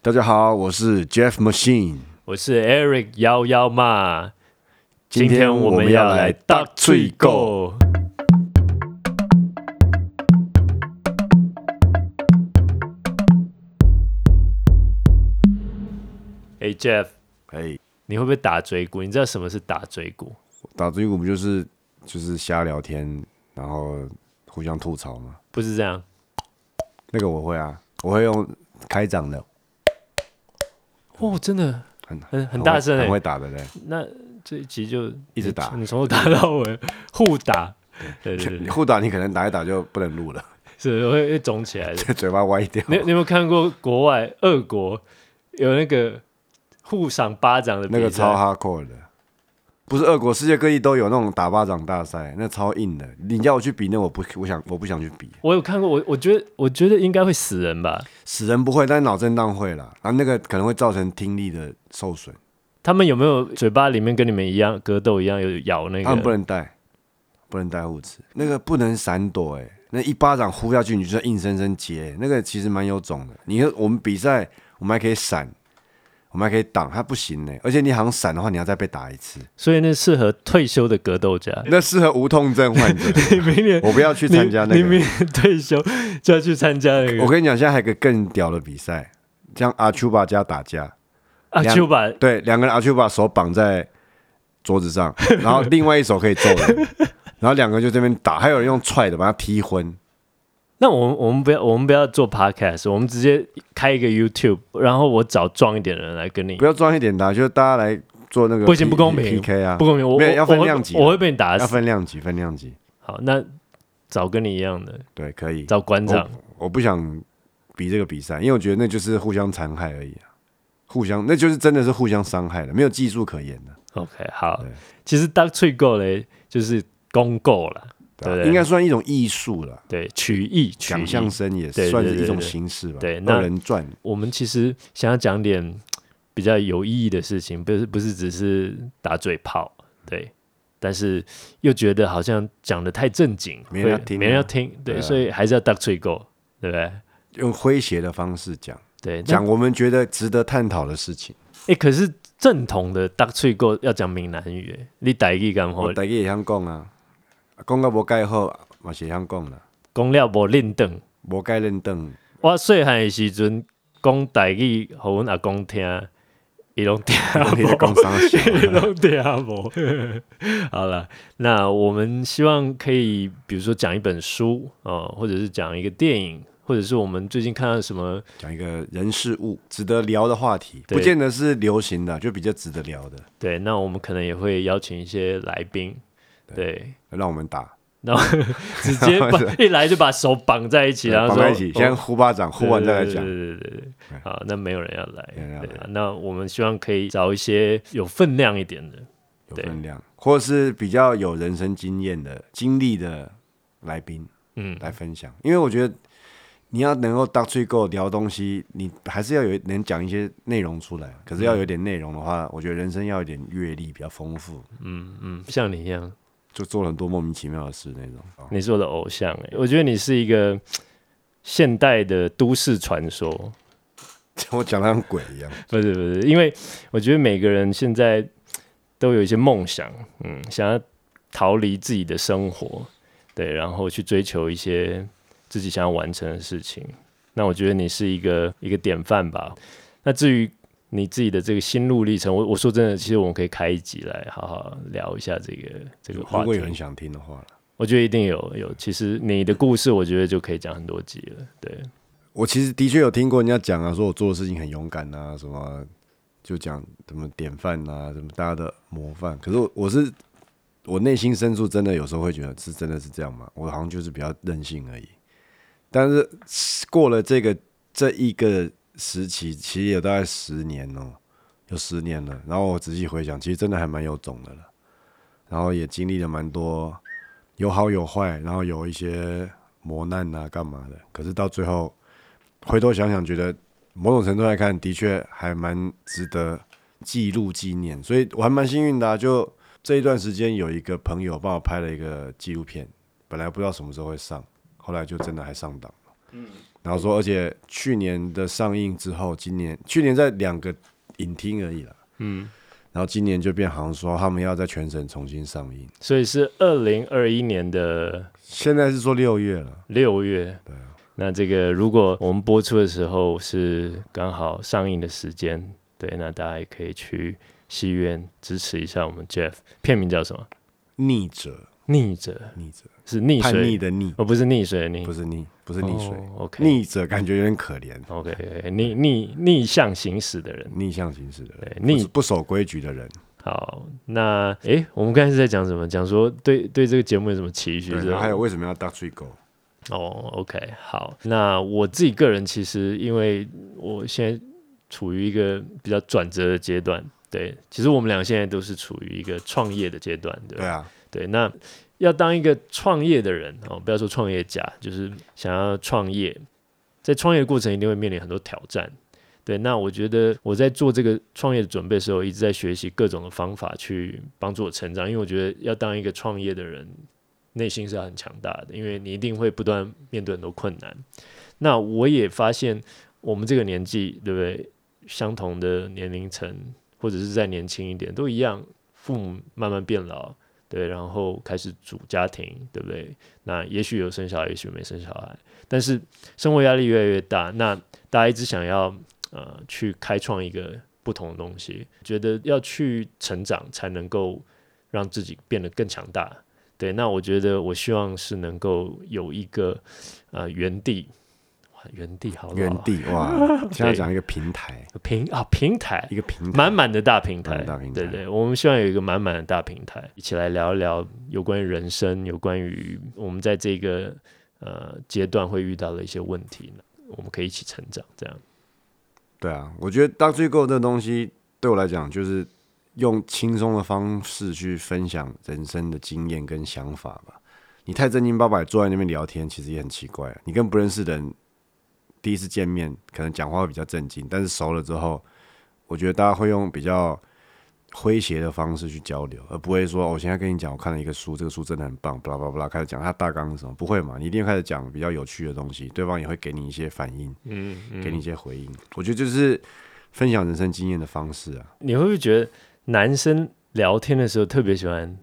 大家好，我是 Jeff Machine。我是 Eric 幺幺嘛，今天我们要来大大吹狗。哎、Jeff，哎，你会不会打嘴鼓？你知道什么是打嘴鼓？打追鼓不就是就是瞎聊天，然后互相吐槽吗？不是这样，那个我会啊，我会用开掌的，哦，真的很很很会大声哎、很会打的嘞。那这一集就一直打你从头打到尾，互打。对对你 对，互打你可能打一打就不能录了，是会会肿起来的。嘴巴歪掉。你你有没有看过国外俄国有那个互赏巴掌的比赛那个超 hardcore 的，不是俄国，世界各地都有那种打巴掌大赛，那超硬的。你叫我去比，那我不我想我不想去比，我有看过，我我觉得我觉得应该会死人吧。死人不会，但脑震荡会啦。然后那个可能会造成听力的受损，他们有没有嘴巴里面跟你们一样格斗一样有咬那他们不个？能带，不能带护齿，那个不能闪躲、欸，那一巴掌呼下去，你就要硬生生接、欸那个其实蛮有种的。你看我们比赛，我们还可以闪，我们还可以挡，他不行欸呢、而且你好像闪的话，你要再被打一 次，所以那适合退休的格 斗家。那适合无痛症患 者。你明年我不要去参加那你你明个。年退休就要去参加那我个跟你讲，现在还有一个更屌的比赛，像阿丘巴加打架，阿两丘吧？对，两个人阿丘把手绑在桌子上，然后另外一手可以揍 人，然后两个就这边打，还有人用踹的把他踢昏。那我们我们不要我们不要做 podcast，我们直接开一个 YouTube，然后我找壮一点的人来跟你不。要装一点打，就是大家来做那个不行不公平 P K 啊，不公平，我没有我要分我会量级啊我会被你打要死。分量级，分量级，好，那找跟你一样的，对，可以。找馆长。我不想比这个比赛，因为我觉得那就是互相残害而已啊，互相那就是真的是互相伤害了，没有技术可言的， OK，好对，其实当吹够嘞，就是公购了，对啊对吧？应该算一种艺术了，对，曲艺曲奖艺。项生也对对算是一对种对形式吧，对那二人转。我们其实想要讲点比较有意义的事情，不是不是只是打嘴炮，对，但是又觉得好像讲的太正经，没人要会听啊没人要听，对，对啊所以还是要当吹够，对不对？用诙谐的方式讲对，讲讲我们觉得值得探讨的事情。哎，可是正统的当吹够要讲闽南语，诶你台语干我好，哦大家也想讲啊，讲到无盖好嘛是会晓讲啦，讲了无认同。无盖认 凳，我细汉的时阵讲台语，互阮阿公听，伊拢听你在讲无，啥小伊拢听无。 好了，那我们希望可以，比如说讲一本书哦、或者是讲一个电影，或者是我们最近看到什么讲一个人事物值得聊的话题，对不见得是流行的，就比较值得聊的，对，那我们可能也会邀请一些来宾，对，让我们打，然后直接把一来就把手绑在一起，然后绑说呃在一起，哦先呼巴掌，呼完再来讲。对对对对对对，好，那没有人要来，没有人要对啊那我们希望可以找一些有分量一点的，有分量，或是比较有人生经验的、经历的来宾，嗯，来分享。因为我觉得你要能够当最够聊东西，你还是要有能讲一些内容出来。可是要有点内容的话，我觉得人生要有点阅历比较丰富，嗯嗯，像你一样，就做了很多莫名其妙的事那种。哦你是我的偶像、欸，我觉得你是一个现代的都市传说， 我讲的像鬼一样，不是不是，因为我觉得每个人现在都有一些梦想，嗯，想要逃离自己的生活，对，然后去追求一些自己想要完成的事情。那我觉得你是一个一个典范吧。那至于你自己的这个心路历程，我我说真的，其实我们可以开一集来好好聊一下这个这个如话果题有。人想听的话啦我觉得一定有有。其实你的故事，我觉得就可以讲很多集了。对，我其实的确有听过人家讲啊，说我做的事情很勇敢啊，什么就讲什么典范啊，什么大家的模范。可是我我是我内心深处真的有时候会觉得是真的是这样吗？我好像就是比较任性而已。但是过了这个这一个时期，其实有大概十年哦、有十年了。然后我仔细回想，其实真的还蛮有种的了。然后也经历了蛮多有好有坏，然后有一些磨难啊，干嘛的。可是到最后，回头想想，觉得某种程度来看，的确还蛮值得记录纪念。所以我还蛮幸运的、啊，就这一段时间有一个朋友帮我拍了一个纪录片，本来不知道什么时候会上，后来就真的还上档了。嗯，然后说，而且去年的上映之后，今年去年在两个影厅而已了，嗯，然后今年就变好像说他们要在全省重新上映，所以是二零二一年的现在是说六月了，六月。啊那这个如果我们播出的时候是刚好上映的时间，对，那大家也可以去戏院支持一下我们 Jeff。片名叫什么？逆者，逆者逆者，是溺叛逆水，的逆，哦，不是溺水的溺，不是是逆，不是逆水， OK，逆者感觉有点可怜， OK，逆逆逆向行驶的人。逆向行驶的人，对，不逆是不守规矩的人，好，那诶，我们刚才是在讲什么？讲说对对这个节目有什么期许？对，是然吧后还有为什么要 duck tree go？哦，OK，好，那我自己个人其实因为我现在处于一个比较转折的阶段，对，其实我们俩现在都是处于一个创业的阶段，对吧对啊，对，那要当一个创业的人哦，不要说创业家，就是想要创业，在创业的过程一定会面临很多挑战。对，那我觉得我在做这个创业的准备的时候，一直在学习各种的方法去帮助我成长，因为我觉得要当一个创业的人，内心是很强大的，因为你一定会不断面对很多困难。那我也发现，我们这个年纪，对不对？相同的年龄层，或者是再年轻一点，都一样，父母慢慢变老，对，然后开始组家庭，对不对？那也许有生小孩，也许没生小孩，但是生活压力越来越大，那大家一直想要呃去开创一个不同的东西，觉得要去成长才能够让自己变得更强大。对，那我觉得我希望是能够有一个呃原地，哇，原地好老啊原地哇， 现在讲一个平台，平啊平台一个平台，满满的大平台，满满的大平台对对，我们希望有一个满满的大平台，一起来聊一聊有关于人生，有关于我们在这个呃阶段会遇到的一些问题呢，我们可以一起成长，这样对啊，我觉得 Duck Tree Go 这东西对我来讲，就是用轻松的方式去分享人生的经验跟想法吧。你太正经八百坐在那边聊天，其实也很奇怪、啊你跟不认识的人第一次见面，可能讲话会比较正经，但是熟了之后，我觉得大家会用比较诙谐的方式去交流，而不会说、哦我现在跟你讲，我看了一个书，这个书真的很棒，巴拉巴拉巴拉，开始讲它大纲是什么，不会嘛？你一定开始讲比较有趣的东西，对方也会给你一些反应。给你一些回应。我觉得就是分享人生经验的方式啊。你会不会觉得男生聊天的时候特别喜欢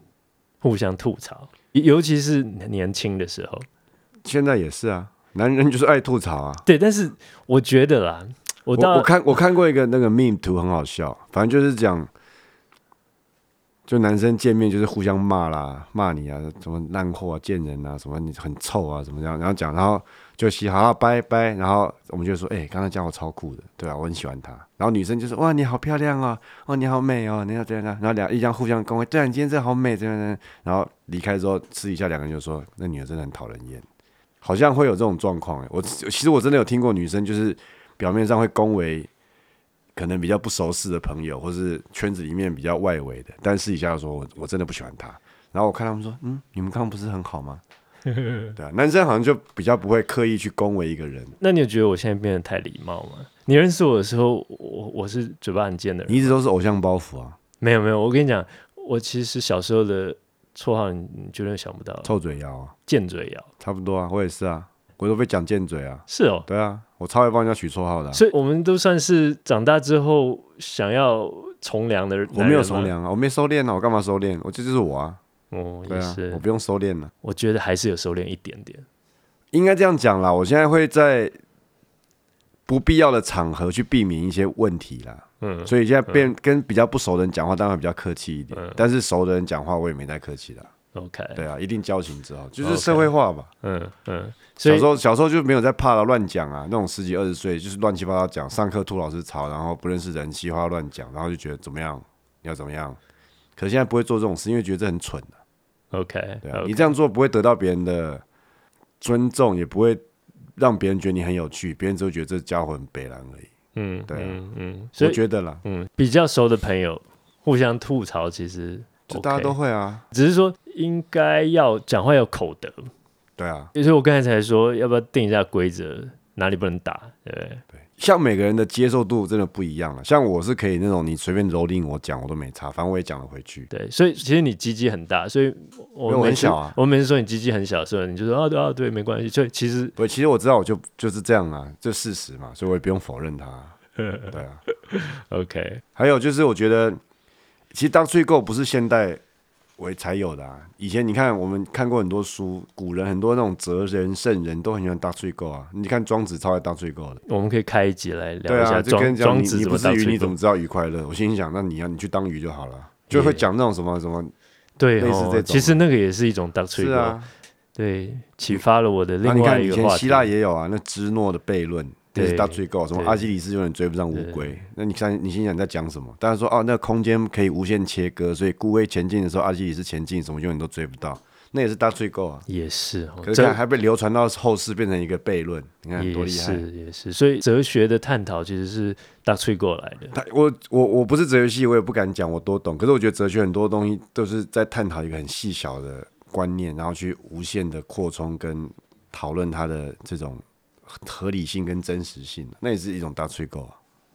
互相吐槽，尤尤其是年轻的时候？现在也是啊，男人就是爱吐槽啊。对，但是我觉得啦，我我到我看我看过一个那个 meme 图很好笑，反正就是讲，就男生见面就是互相骂啦，骂你啊，什么烂货啊、贱人啊，什么你很臭啊，怎么样，然后讲，然后就嘻哈啊拜拜，然后我们就说，哎、刚才讲我超酷的，对啊吧、我很喜欢他。然后女生就说，哇，你好漂亮哦，哦，你好美哦，你要怎样怎样，然后俩一样互相恭维，对啊，你今天真的好美，这样这样。然后离开之后，私底下两个人就说，那女的真的很讨人厌。好像会有这种状况、欸，我其实我真的有听过女生就是表面上会恭维可能比较不熟识的朋友，或是圈子里面比较外围的，但私底下说我我真的不喜欢他。然后我看他们说，嗯，你们刚刚不是很好 吗？对啊，男生好像就比较不会刻意去恭维一个人。那你有觉得我现在变得太礼貌吗？你认识我的时候，我我是嘴巴很贱的人你。一直都是偶像包袱啊，没有没有，我跟你讲，我其实小时候的绰号你你绝对想不到，臭嘴妖啊，贱嘴妖差不多啊，我也是啊，我都被讲贱嘴啊。是哦，对啊，我超爱帮人家取绰号的啊、所以我们都算是长大之后想要从良的人。我没有从，良啊，我没收敛啊，我干嘛收敛？我这就是我啊，哦，对也啊是，，我不用收敛了、我觉得还是有收敛一点点。应该这样讲啦，我现在会在不必要的场合去避免一些问题啦，嗯，嗯所以现在变、跟比较不熟的人讲话，当然会比较客气一点，但是熟的人讲话我也没太客气啦。 OK，对啊，一定交情之后，就是 OK 社会化吧。嗯嗯，所小以时候小时候就没有在怕了乱讲啊，那种十几二十岁就是乱七八糟讲，上课吐老师槽，然后不认识人嘻哈乱讲，然后就觉得怎么样，你要怎么样。可是现在不会做这种事，因为觉得这很蠢啊。 OK，对啊，你这样做不会得到别人的尊重，也不会让别人觉得你很有趣，别人只会觉得这家伙很北蓝而已。嗯，对啊嗯嗯，所我以觉得啦，嗯，比较熟的朋友互相吐槽，其实就大家 OK 都会啊，只是说应该要讲话要口德，对啊，也就是我刚才才说，要不要定一下规则，哪里不能打，对不对？对，像每个人的接受度真的不一样了。像我是可以那种你随便蹂躏我讲，我都没差，反正我也讲得回去。对，所以其实你鸡鸡很大，所以因我为我每很次小啊我每次说你鸡鸡很小的时候，你就说啊对啊对，没关系。所以其实对，其实我知道，我就就是这样啊，这事实嘛，所以我也不用否认它。对啊， OK，还有就是我觉得，其实当罪构不是现代为才有的啊。以前你看我们看过很多书，古人很多那种哲人圣人都很喜欢当罪构啊。你看庄子超爱当罪构的，我们可以开一集来聊对一下啊，就跟庄你讲庄你子你怎不么是当鱼，最你后怎么知道鱼快乐？我心里想，那你要、你去当鱼就好了，就会讲那种什么什么，对类似哦这种其实那个也是一种 duck 吹是啊。对，启发了我的那另你外看一以个前话题。希腊也有啊，那芝诺的悖论对也是大追构，什么对阿基里斯永远追不上乌龟。那你看你心想你在讲什么？大家说哦，那空间可以无限切割，所以孤龟前进的时候，阿基里斯前进，什么永远都追不到，那也是大追构啊。也是哦，可是哲看还被流传到后世，变成一个悖论，你看多也厉害！是也是，所以哲学的探讨其实是大吹过来的。他我我我不是哲学系，我也不敢讲我多懂。可是我觉得哲学很多东西都是在探讨一个很细小的观念，然后去无限的扩充跟讨论它的这种合理性跟真实性，那也是一种大吹狗啊。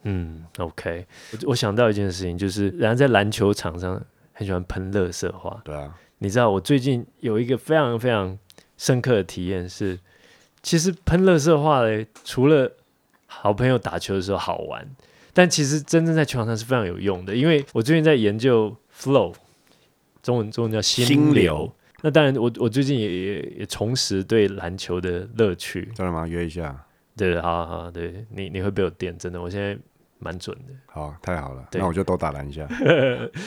嗯，OK，我我想到一件事情，就是人家在篮球场上很喜欢喷乐色话。对啊，你知道，我最近有一个非常非常深刻的体验是，其实喷乐色话嘞，除了好朋友打球的时候好玩，但其实真正在球场上是非常有用的。因为我最近在研究 flow，中文中文叫心流。心流那当然我，我最近也也也重拾对篮球的乐趣。真的吗？约一下，对，好好好，对你你会被我电，真的，我现在蛮准的。好，太好了，对那我就都打篮一 下。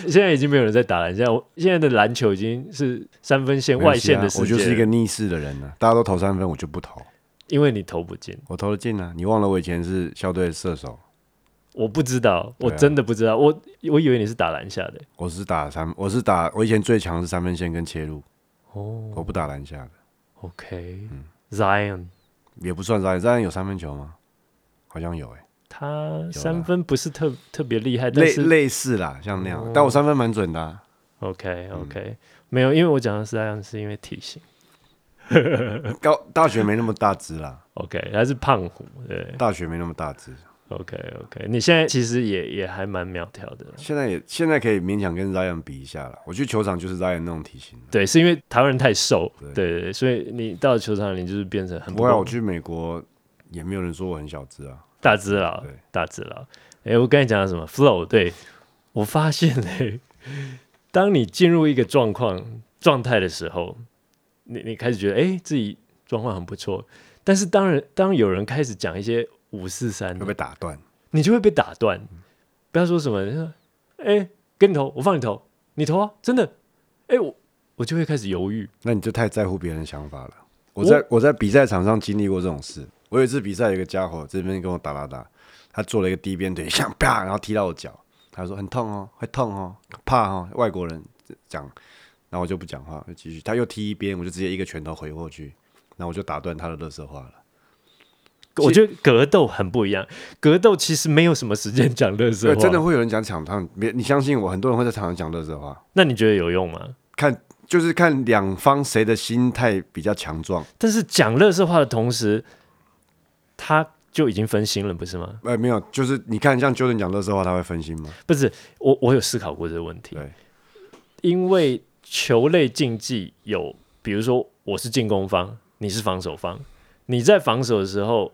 现在已经没有人在打篮，现在我现在的篮球已经是三分线没外关系啊线的世界了，我就是一个逆势的人呢、啊大家都投三分，我就不投，因为你投不进。我投得进啊。你忘了我以前是校队的射手，我不知道，我对啊真的不知道，我我以为你是打篮下的。我是打三，我是打我以前最强是三分线跟切入，哦我不打篮下的。嗯，OK，Zion，、也不算扎扎有三分球吗？好像有诶、欸他三分不是特特别厉害，但类是类似啦，像那样。哦但我三分蛮准的、啊， OK OK，、没有，因为我讲的 Zion 是因为体型高大学没那么大只啦， ，OK，他是胖虎，对大学没那么大只。 ，OK OK，你现在其实也也还蛮苗条的。现在也现在可以勉强跟 Zion 比一下了。我去球场就是 Zion 那种体型的。对，是因为台湾人太瘦，对对对对，所以你到了球场，你就是变成很不啊过我去美国也没有人说我很小只啊。大只佬对，大只佬。哎、我刚才讲了什么？flow，对我发现 嘞、当你进入一个状况状态的时候，你你开始觉得哎、诶自己状况很不错，但是当然当有人开始讲一些五四三会，被打断，你就会被打断。嗯不要说什么，你说哎、跟你投，我放你投，你投啊，真的，哎、我我就会开始犹豫。那你就太在乎别人的想法了。我我在我在比赛场上经历过这种事。我有一次比赛，有一个家伙这边跟我打打打，他做了一个低边腿， 像啪，然后踢到我脚。他说很痛哦，会痛哦，怕哦，外国人讲，然后我就不讲话，就继续。他又踢一边，我就直接一个拳头回过去，然后我就打断他的乐色话了。我觉得格斗很不一样，格斗其实没有什么时间讲乐色对，话，真的。会有人讲场上，别你相信我，很多人会在场上讲乐色话，那你觉得有用吗？看就是看两方谁的心态比较强壮。但是讲乐色话的同时，他就已经分心了，不是吗？呃，没有，就是你看像 Jordan 讲乐色话，他会分心吗？不是，我我有思考过这个问题，对，因为球类竞技有，比如说我是进攻方，你是防守方，你在防守的时候，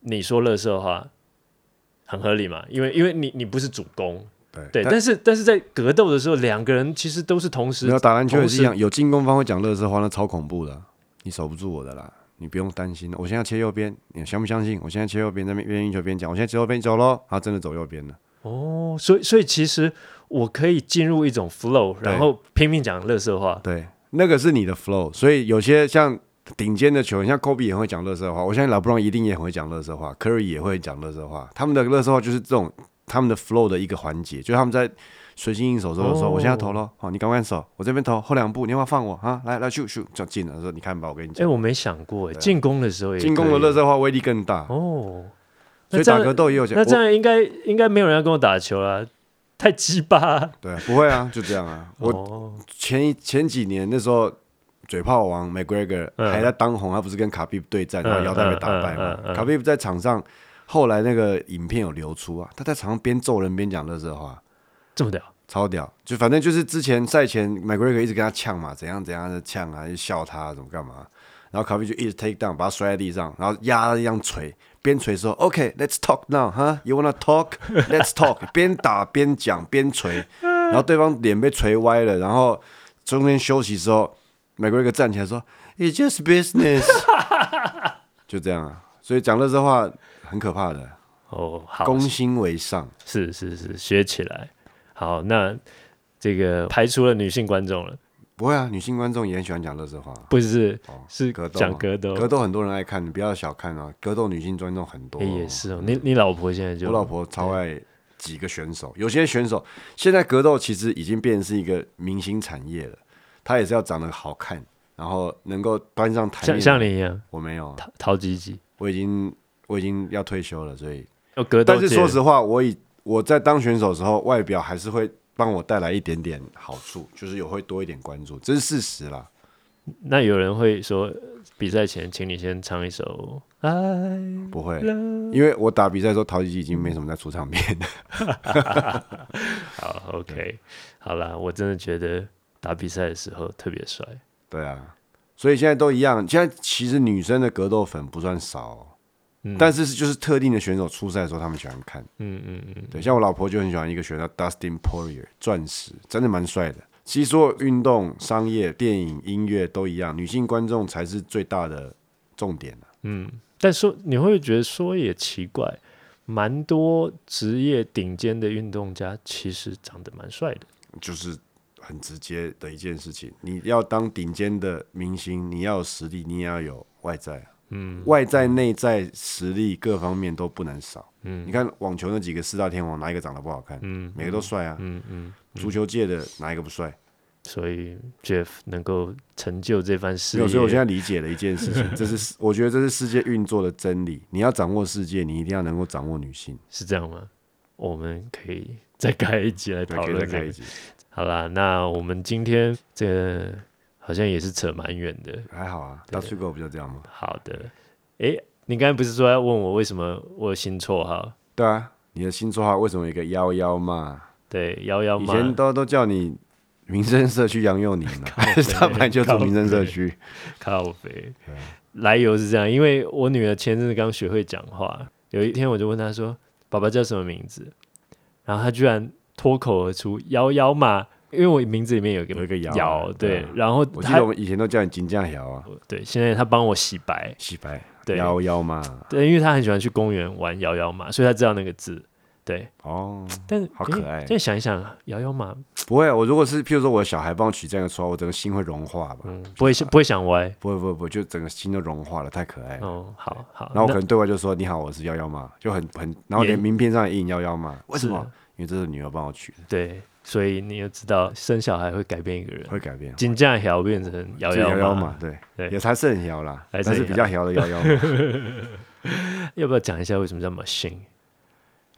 你说乐色话。很合理嘛，因为因为你你不是主攻，对，对，但是但是在格斗的时候，两个人其实都是同时没有打篮球也是一同样，有进攻方会讲乐色话，那超恐怖的，你守不住我的啦，你不用担心。我现在切右边，你相不相信？我现在切右边，在那边边运球边讲，我现在切右边走喽，他真的走右边了。哦，所以所以其实我可以进入一种 flow，对然后拼命讲乐色话，对，那个是你的 flow，所以有些像顶尖的球员，像 Kobe 也很会讲乐色话，我相信老布朗一定也很会讲乐色话，Curry 也会讲乐色话，他们的乐色话就是这种他们的 flow 的一个环节，就是他们在。随心应手的时候说：“哦我现在投喽，好，你赶快手，我这边投后两步，你要不要放我啊？来来，咻咻，就进了。说你看吧，我跟你哎、讲，我没想过，哎，进攻的时候也啊进攻的可以乐色话威力更大。哦，所那以这打样格斗也有讲，那这样应该应该没有人要跟我打球啦，太鸡巴啊、我对啊，不会啊，就这样啊。我 哦，前一前几年那时候，嘴炮王 McGregor 嗯还在当红，他不是跟卡比对战，然后腰带被打败嗯嗯嗯嗯嘛？嗯卡比在场上后来那个影片有流出啊，他在场上边揍人边讲乐色话，这么屌，超屌。就反正就是之前赛前 McGregor 一直跟他呛嘛，怎样怎样的呛啊，就笑他怎么干嘛。然后 c o v 就一直 take down，把他摔在地上，然后压他一样捶，边捶说 OK，let's、talk now，哈、y o u wanna talk，let's talk，边打边讲边捶，然后对方脸被捶歪了，然后中间休息时候，McGregor 站起来说 It's just business，就 这样啊。所以讲乐色话很可怕的，哦，好，攻心为上。是是是，学起来。好，那这个排除了女性观众了，不会啊，女性观众也很喜欢讲乐色话。不是是哦格斗讲嘛格斗，格斗很多人爱看，你不要小看啊！格斗女性观众很多、啊哎也是哦。你你老婆现在就我老婆超爱几个选手，有些选手现在格斗其实已经变成是一个明星产业了，他也是要长得好看，然后能够搬上台像面。像你一样我没有啊，淘淘几几，我已经我已经要退休了，所以要哦格斗但界。是说实话，我以我在当选手的时候，外表还是会帮我带来一点点好处，就是有会多一点关注，这是事实啦。那有人会说，呃比赛前请你先唱一首啊《爱不会，因为我打比赛的时候，陶吉吉已经没什么在出场面了。好 OK，好啦，我真的觉得打比赛的时候特别帅。对啊，所以现在都一样。现在其实女生的格斗粉不算少哦、但是就是特定的选手出赛的时候，他们喜欢看。嗯嗯嗯，对，像我老婆就很喜欢一个选手叫 Dustin Poirier，钻石，真的蛮帅的。其实所有运动、商业、电影、音乐都一样，女性观众才是最大的重点、啊、但说你会不会觉得说也奇怪，蛮多职业顶尖的运动家其实长得蛮帅的。就是很直接的一件事情。你要当顶尖的明星，你要有实力，你也要有外在啊。嗯，外在、内在、实力各方面都不能少。嗯，你看网球那几个四大天王，哪一个长得不好看？嗯，每个都帅啊。嗯嗯，足球界的哪一个不帅？所以 Jeff 能够成就这番事没有，业，所以我现在理解了一件事情，这是我觉得这是世界运作的真理。你要掌握世界，你一定要能够掌握女性。是这样吗？我们可以再开一集来对，讨可以再论、这开个一集。好啦，那我们今天这个好像也是扯蛮远的。还好啊，大吹狗不就这样吗？好的，诶，你刚才不是说要问我为什么我有新绰号？对啊，你的新绰号为什么有一个幺幺嘛？对，幺幺以嘛，前都都叫你民生社区杨佑宁啊， 他本来就住民生社区。靠北。啊来由是这样，因为我女儿前阵子刚学会讲话，有一天我就问她说：“爸爸叫什么名字？”然后她居然脱口而出“幺幺嘛”，因为我名字里面有一个有一个瑶瑶对对啊。然后我记得我她们以前都叫你金匠瑶啊，对，现在她帮我洗白，洗白对幺幺嘛，对，因为她很喜欢去公园玩摇摇马，所以她知道那个字。对，哦，但是好可爱再想一想，摇摇马，不会啊，我如果是譬如说我的小孩帮我取这样的绰号，我整个心会融化吧？嗯，不会想不会想歪。不会不会不会，就整个心都融化了，太可爱了。哦，好好。然后我那可能对外就说你好，我是幺幺嘛，就很很，然后连也名片上也印幺幺嘛，为什是么？因为这是女儿帮我取的，对，所以你就知道生小孩会改变一个人，会改变。金价条变成摇这摇幺马嘛，。对，对也才是很摇啦，还但是很是比较摇的幺幺嘛。要不要讲一下为什么叫 machine？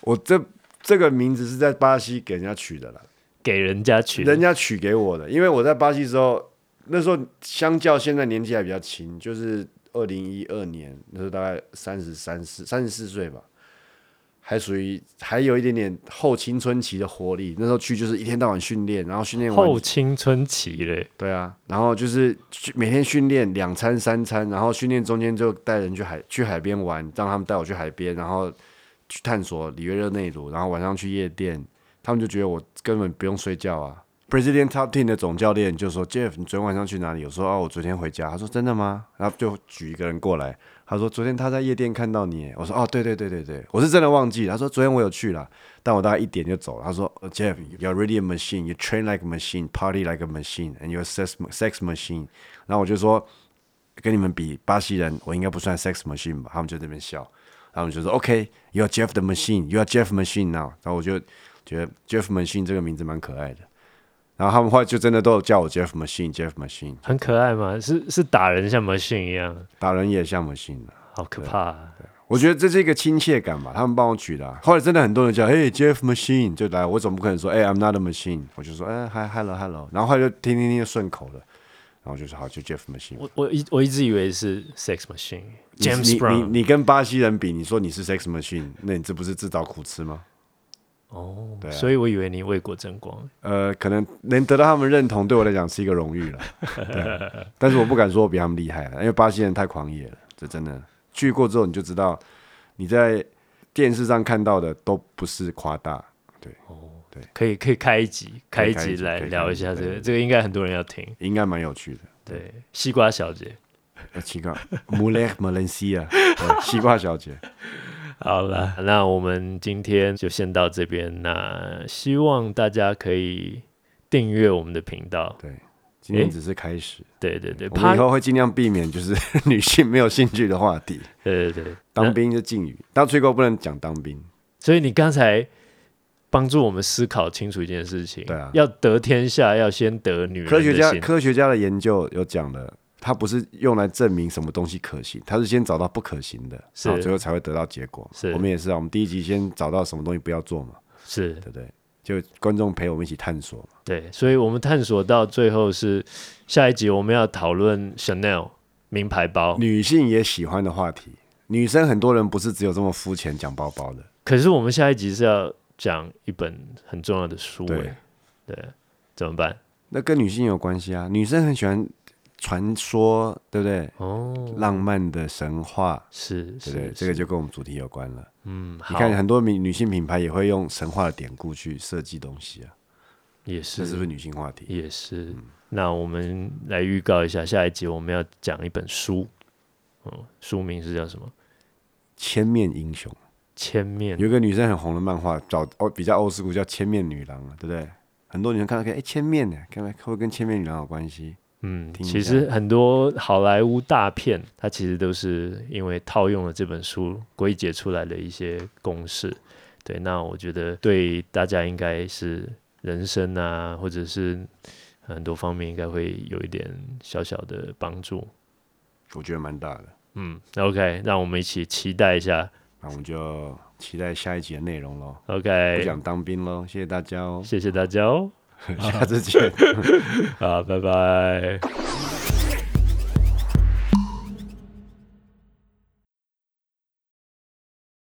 我这这个名字是在巴西给人家取的啦，给人家取的人家取给我的，因为我在巴西的时候，那时候相较现在年纪还比较轻，就是二零一二年，那时候大概三十三四、三十四岁吧，还属于还有一点点后青春期的活力。那时候去就是一天到晚训练，然后训练完后青春期嘞，对啊，然后就是去每天训练两餐三餐，然后训练中间就带人去海去海边玩，让他们带我去海边，然后去探索里约热内卢，然后晚上去夜店，他们就觉得我根本不用睡觉啊。President Top Team 的总教练就说：“Jeff，你昨天晚上去哪里？”我说：“哦，我昨天回家。”他说：“真的吗？”然后就举一个人过来，他说：“昨天他在夜店看到你耶。”我说：“哦，对对对对对，我是真的忘记。”他说：“昨天我有去了，但我大概一点就走了。”他说呃：“Jeff，you're really a machine. You train like a machine, party like a machine, and you're a sex sex machine。”然后我就说：“跟你们比，巴西人我应该不算 sex machine 吧？”他们就在那边笑，然后我们就说：“OK，you're、Jeff the machine. You're Jeff machine now。”然后我就觉得 Jeff machine 这个名字蛮可爱的。然后他们后来就真的都有叫我 Jeff machine，Jeff machine，很可爱嘛，是是打人像 machine 一样，打人也像 machine 啊好可怕啊、我觉得这是一个亲切感吧，他们帮我取的啊、后来真的很多人叫，嘿，Jeff Machine 就来，我总不可能说，哎、i m not a machine，我就说，哎、嗨 h e l l o hello，然后后来就听听听就顺口了，然然后就说好，就 Jeff Machine。我我一我一直以为是 Sex Machine 你 James 你你 Brown 你跟巴西人比，你说你是 Sex Machine，那你这不是自找苦吃吗？哦，对啊所以我以为你为国争光。呃，可能能得到他们认同，对我来讲是一个荣 誉了。对，啊但是我不敢说我比他们厉害了，因为巴西人太狂野了，这真的去过之后你就知道，你在电视上看到的都不是夸大。可以可以开一集，开一开一集集来可以聊开一一集下这对个，这个应该很多人要听。应该蛮有趣的。对，西瓜小姐，呃奇 怪 m u l e m a l e n c i a 西瓜小姐，好了，那我们今天就先到这边。那希望大家可以订阅我们的频道。对，今天诶只是开始，对对对，我们以怕后会尽量避免就是 女性没有兴趣的话题。对对对。当那兵就禁语，当吹过不能讲当兵，所以你刚才帮助我们思考清楚一件事情，对啊要得天下要先得女人科学的家心科学家的研究有讲了，它不是用来证明什么东西可行，它是先找到不可行的，是然后最后才会得到结果。是我们也是啊，我们第一集先找到什么东西不要做嘛，是对不对？就观众陪我们一起探索嘛。对，所以我们探索到最后是下一集我们要讨论 Chanel 名牌包，女性也喜欢的话题，女生很多人不是只有这么肤浅讲包包的，可是我们下一集是要讲一本很重要的书、对欸，，对，怎么办？那跟女性有关系啊。女生很喜欢传说，对不对？哦，浪漫的神话，是对不对？是这是，个就跟我们主题有关了。嗯，你好，看很多女女性品牌也会用神话的典故去设计东西啊，也这是是不是嗯女性话题？也是。那我们来预告一下，下一集我们要讲一本书，哦，书名是叫什么？千面英雄千面有一个女生很红的漫画，早哦比较欧式古叫千面女郎啊，对不对？很多女生看到看，哎，千面呢，看来会不会跟千面女郎有关系？嗯，听一其下实很多好莱坞大片，它其实都是因为套用了这本书归结出来的一些公式。对，那我觉得对大家应该是人生啊，或者是很多方面应该会有一点小小的帮助。我觉得蛮大的。嗯那，OK，让我们一起期待一下。那我们就期待下一集的内容喽，不 OK，讲当兵喽，谢谢大家哦， 谢谢大家哦，下次见。啊，拜拜。